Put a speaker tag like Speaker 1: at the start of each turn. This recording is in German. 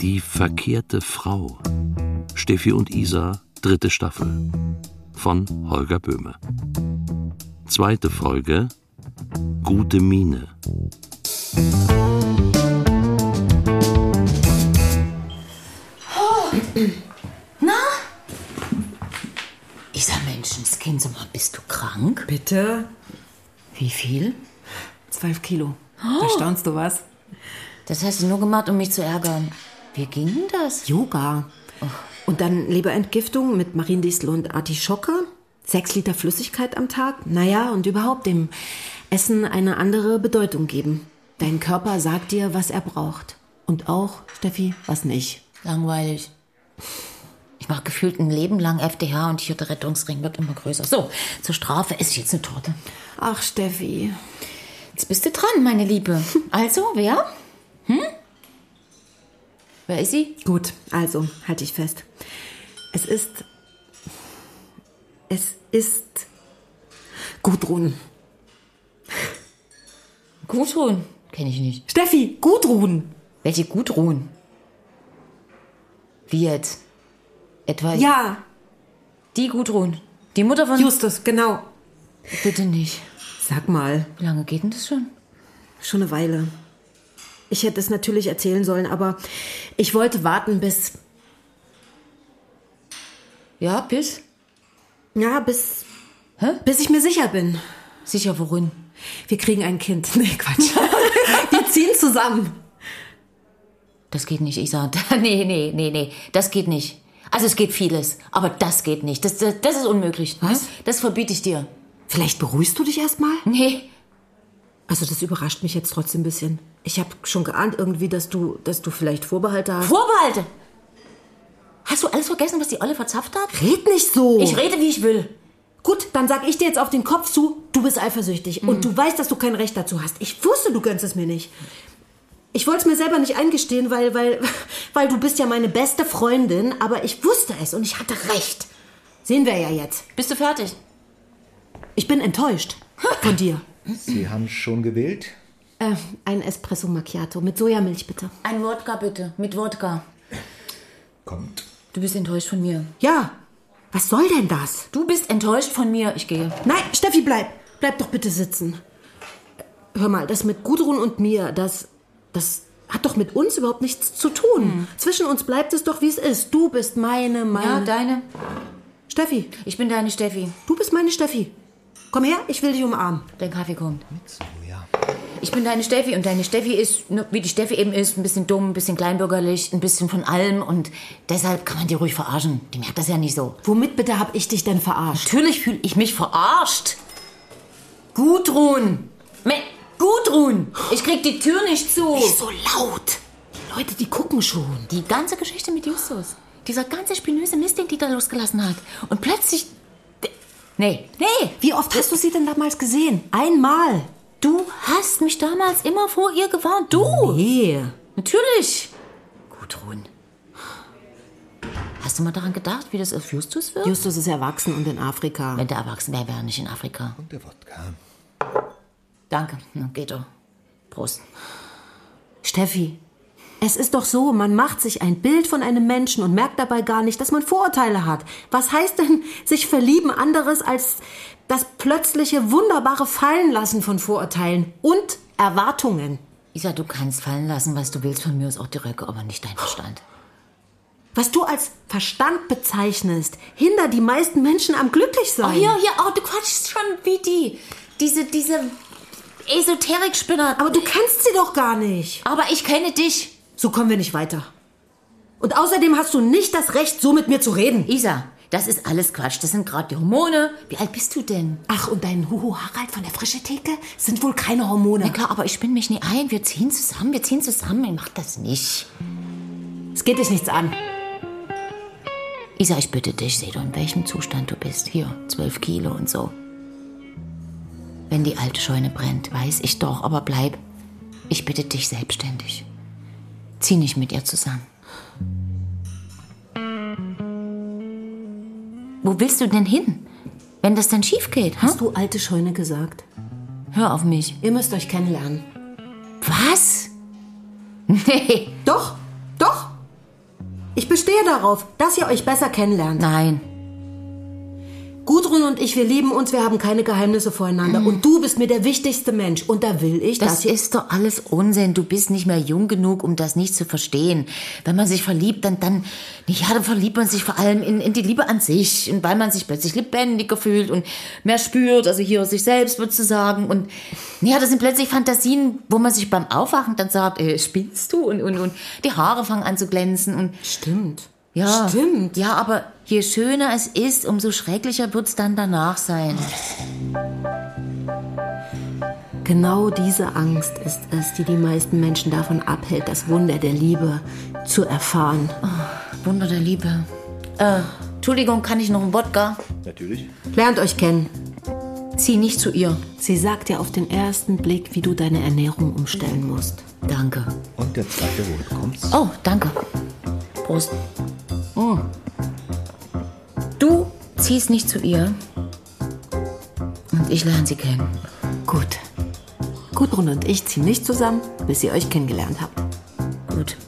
Speaker 1: Die verkehrte Frau. Steffi und Isa, dritte Staffel. Von Holger Böhme. Zweite Folge. Gute Miene.
Speaker 2: Na? Isa Menschenskind, sag mal, bist du krank?
Speaker 3: Bitte?
Speaker 2: Wie viel?
Speaker 3: Zwölf Kilo. Da staunst du was?
Speaker 2: Das hast du nur gemacht, um mich zu ärgern. Wie ging das?
Speaker 3: Yoga. Oh. Und dann Leberentgiftung mit Mariendistel und Artischocke. Sechs Liter Flüssigkeit am Tag. Naja, und überhaupt dem Essen eine andere Bedeutung geben. Dein Körper sagt dir, was er braucht. Und auch, Steffi, was nicht.
Speaker 2: Langweilig. Ich mache gefühlt ein Leben lang FDH und hier der Rettungsring wird immer größer. So, zur Strafe esse ich jetzt eine Torte.
Speaker 3: Ach, Steffi.
Speaker 2: Jetzt bist du dran, meine Liebe. Also, wer? Hm? Wer ist sie?
Speaker 3: Gut, also, halte ich fest. Es ist. Es ist. Gudrun.
Speaker 2: Gudrun. Kenne ich nicht.
Speaker 3: Steffi, Gudrun!
Speaker 2: Welche Gudrun? Wie jetzt? Etwa
Speaker 3: Ja,
Speaker 2: die Gudrun. Die Mutter von...
Speaker 3: Justus, genau.
Speaker 2: Bitte nicht.
Speaker 3: Sag mal,
Speaker 2: Wie lange geht denn das schon?
Speaker 3: Schon eine Weile. Ich hätte es natürlich erzählen sollen, aber ich wollte warten bis.
Speaker 2: Ja, bis?
Speaker 3: Ja, bis.
Speaker 2: Hä?
Speaker 3: Bis ich mir sicher bin.
Speaker 2: Sicher worin?
Speaker 3: Wir kriegen ein Kind. Nee, Quatsch. Wir ziehen zusammen.
Speaker 2: Das geht nicht, Isa. Da- Nee, nee, nee, nee. Das geht nicht. Also es geht vieles, aber das geht nicht. Das, das, das ist unmöglich. ne?
Speaker 3: Was?
Speaker 2: Das verbiete ich dir.
Speaker 3: Vielleicht beruhigst du dich erstmal?
Speaker 2: Nee.
Speaker 3: Also, das überrascht mich jetzt trotzdem ein bisschen. Ich habe schon geahnt irgendwie, dass du, dass du vielleicht Vorbehalte hast.
Speaker 2: Vorbehalte! Hast du alles vergessen, was die Olle verzapft hat?
Speaker 3: Red nicht so!
Speaker 2: Ich rede, wie ich will.
Speaker 3: Gut, dann sag ich dir jetzt auf den Kopf zu, du bist eifersüchtig und du weißt, dass du kein Recht dazu hast. Ich wusste, du gönnst es mir nicht. Ich wollte es mir selber nicht eingestehen, weil, weil, weil du bist ja meine beste Freundin, aber ich wusste es und ich hatte recht. Sehen wir ja jetzt.
Speaker 2: Bist du fertig?
Speaker 3: Ich bin enttäuscht von dir.
Speaker 4: Sie haben schon gewählt?
Speaker 3: Äh, ein Espresso Macchiato mit Sojamilch bitte.
Speaker 2: Ein Wodka bitte, mit Wodka.
Speaker 4: Kommt.
Speaker 2: Du bist enttäuscht von mir.
Speaker 3: Ja, was soll denn das?
Speaker 2: Du bist enttäuscht von mir. Ich gehe.
Speaker 3: Nein, Steffi, bleib. Bleib doch bitte sitzen. Äh, Hör mal, das mit Gudrun und mir, das, das hat doch mit uns überhaupt nichts zu tun. Zwischen uns bleibt es doch, wie es ist. Du bist meine,
Speaker 2: Ja,
Speaker 3: meine...
Speaker 2: deine.
Speaker 3: Steffi,
Speaker 2: Ich bin deine Steffi.
Speaker 3: du bist meine Steffi. Komm her, ich will dich umarmen.
Speaker 2: Dein Kaffee kommt.
Speaker 4: Ja.
Speaker 2: Ich bin deine Steffi und deine Steffi ist, ne, wie die Steffi eben ist, ein bisschen dumm, ein bisschen kleinbürgerlich, ein bisschen von allem und deshalb kann man die ruhig verarschen. Die merkt das ja nicht so.
Speaker 3: Womit bitte hab ich dich denn verarscht?
Speaker 2: Natürlich fühle ich mich verarscht. Gudrun! Me Gudrun! Ich krieg die Tür nicht zu.
Speaker 3: Nicht so laut. Die Leute, die gucken schon.
Speaker 2: Die ganze Geschichte mit Justus. Dieser ganze spinöse Mist, den die da losgelassen hat. Und plötzlich... Nee, nee!
Speaker 3: Wie oft hast du sie denn damals gesehen? Einmal.
Speaker 2: Du hast mich damals immer vor ihr gewarnt. Du!
Speaker 3: Nee.
Speaker 2: Natürlich. Gudrun. Hast du mal daran gedacht, wie das auf Justus wirkt?
Speaker 3: Justus ist erwachsen und in Afrika.
Speaker 2: Wenn der erwachsen wäre, wäre er nicht in Afrika.
Speaker 4: Und der Wodka.
Speaker 2: Danke. Na, geht doch. Prost.
Speaker 3: Steffi, es ist doch so, man macht sich ein Bild von einem Menschen und merkt dabei gar nicht, dass man Vorurteile hat. Was heißt denn sich verlieben anderes als das plötzliche wunderbare Fallenlassen von Vorurteilen und Erwartungen?
Speaker 2: Isa, du kannst fallen lassen, was du willst. Von mir ist auch die Röcke, aber nicht dein Verstand.
Speaker 3: Was du als Verstand bezeichnest, hindert die meisten Menschen am Glücklichsein.
Speaker 2: Oh, hier, hier. Oh, du quatschst schon wie die. Diese, diese Esoterik-Spinner.
Speaker 3: Aber du kennst sie doch gar nicht.
Speaker 2: Aber ich kenne dich.
Speaker 3: So kommen wir nicht weiter. Und außerdem hast du nicht das Recht, so mit mir zu reden.
Speaker 2: Isa, das ist alles Quatsch. Das sind gerade die Hormone. Wie alt bist du denn?
Speaker 3: Ach, und dein Huhu Harald von der Frische Theke sind wohl keine Hormone.
Speaker 2: Na klar, aber ich spinne mich nie ein. Wir ziehen zusammen, wir ziehen zusammen. Ich mach das nicht.
Speaker 3: Es geht dich nichts an.
Speaker 2: Hm? Isa, ich bitte dich, seh doch, in welchem Zustand du bist. Hier, zwölf Kilo und so. Wenn die alte Scheune brennt, weiß ich doch, aber bleib. Ich bitte dich selbstständig. Zieh nicht mit ihr zusammen. Wo willst du denn hin, wenn das dann schief geht? Hä?
Speaker 3: Hast du alte Scheune gesagt?
Speaker 2: Hör auf mich.
Speaker 3: Ihr müsst euch kennenlernen.
Speaker 2: Was? Nee.
Speaker 3: Doch, doch. Ich bestehe darauf, dass ihr euch besser kennenlernt.
Speaker 2: Nein,
Speaker 3: Gudrun und ich, wir lieben uns, wir haben keine Geheimnisse voreinander. Und du bist mir der wichtigste Mensch. Und da will ich,
Speaker 2: Mhm. das
Speaker 3: dass ihr...
Speaker 2: ist doch alles Unsinn. Du bist nicht mehr jung genug, um das nicht zu verstehen. Wenn man sich verliebt, dann, dann, ja, dann verliebt man sich vor allem in, in die Liebe an sich. Und weil man sich plötzlich lebendiger fühlt und mehr spürt, also hier sich selbst sozusagen. Und ja, das sind plötzlich Fantasien, wo man sich beim Aufwachen dann sagt, äh, spinnst du? Und, und, und die Haare fangen an zu glänzen und
Speaker 3: Stimmt.
Speaker 2: ja.
Speaker 3: Stimmt.
Speaker 2: Ja, aber je schöner es ist, umso schrecklicher wird's dann danach sein.
Speaker 3: Genau diese Angst ist es, die die meisten Menschen davon abhält, das Wunder der Liebe zu erfahren.
Speaker 2: Ah. Wunder der Liebe. Äh, Entschuldigung, kann ich noch einen Wodka?
Speaker 4: Natürlich.
Speaker 3: Lernt euch kennen.
Speaker 2: Zieh nicht zu ihr.
Speaker 3: Sie sagt dir auf den ersten Blick, wie du deine Ernährung umstellen musst.
Speaker 2: Danke.
Speaker 4: Und der zweite, woher kommt's?
Speaker 2: Oh, danke. Prost. Mm. Du ziehst nicht zu ihr. Und ich lerne sie kennen.
Speaker 3: Gut. Gudrun und ich ziehen nicht zusammen, bis ihr euch kennengelernt habt.
Speaker 2: Gut.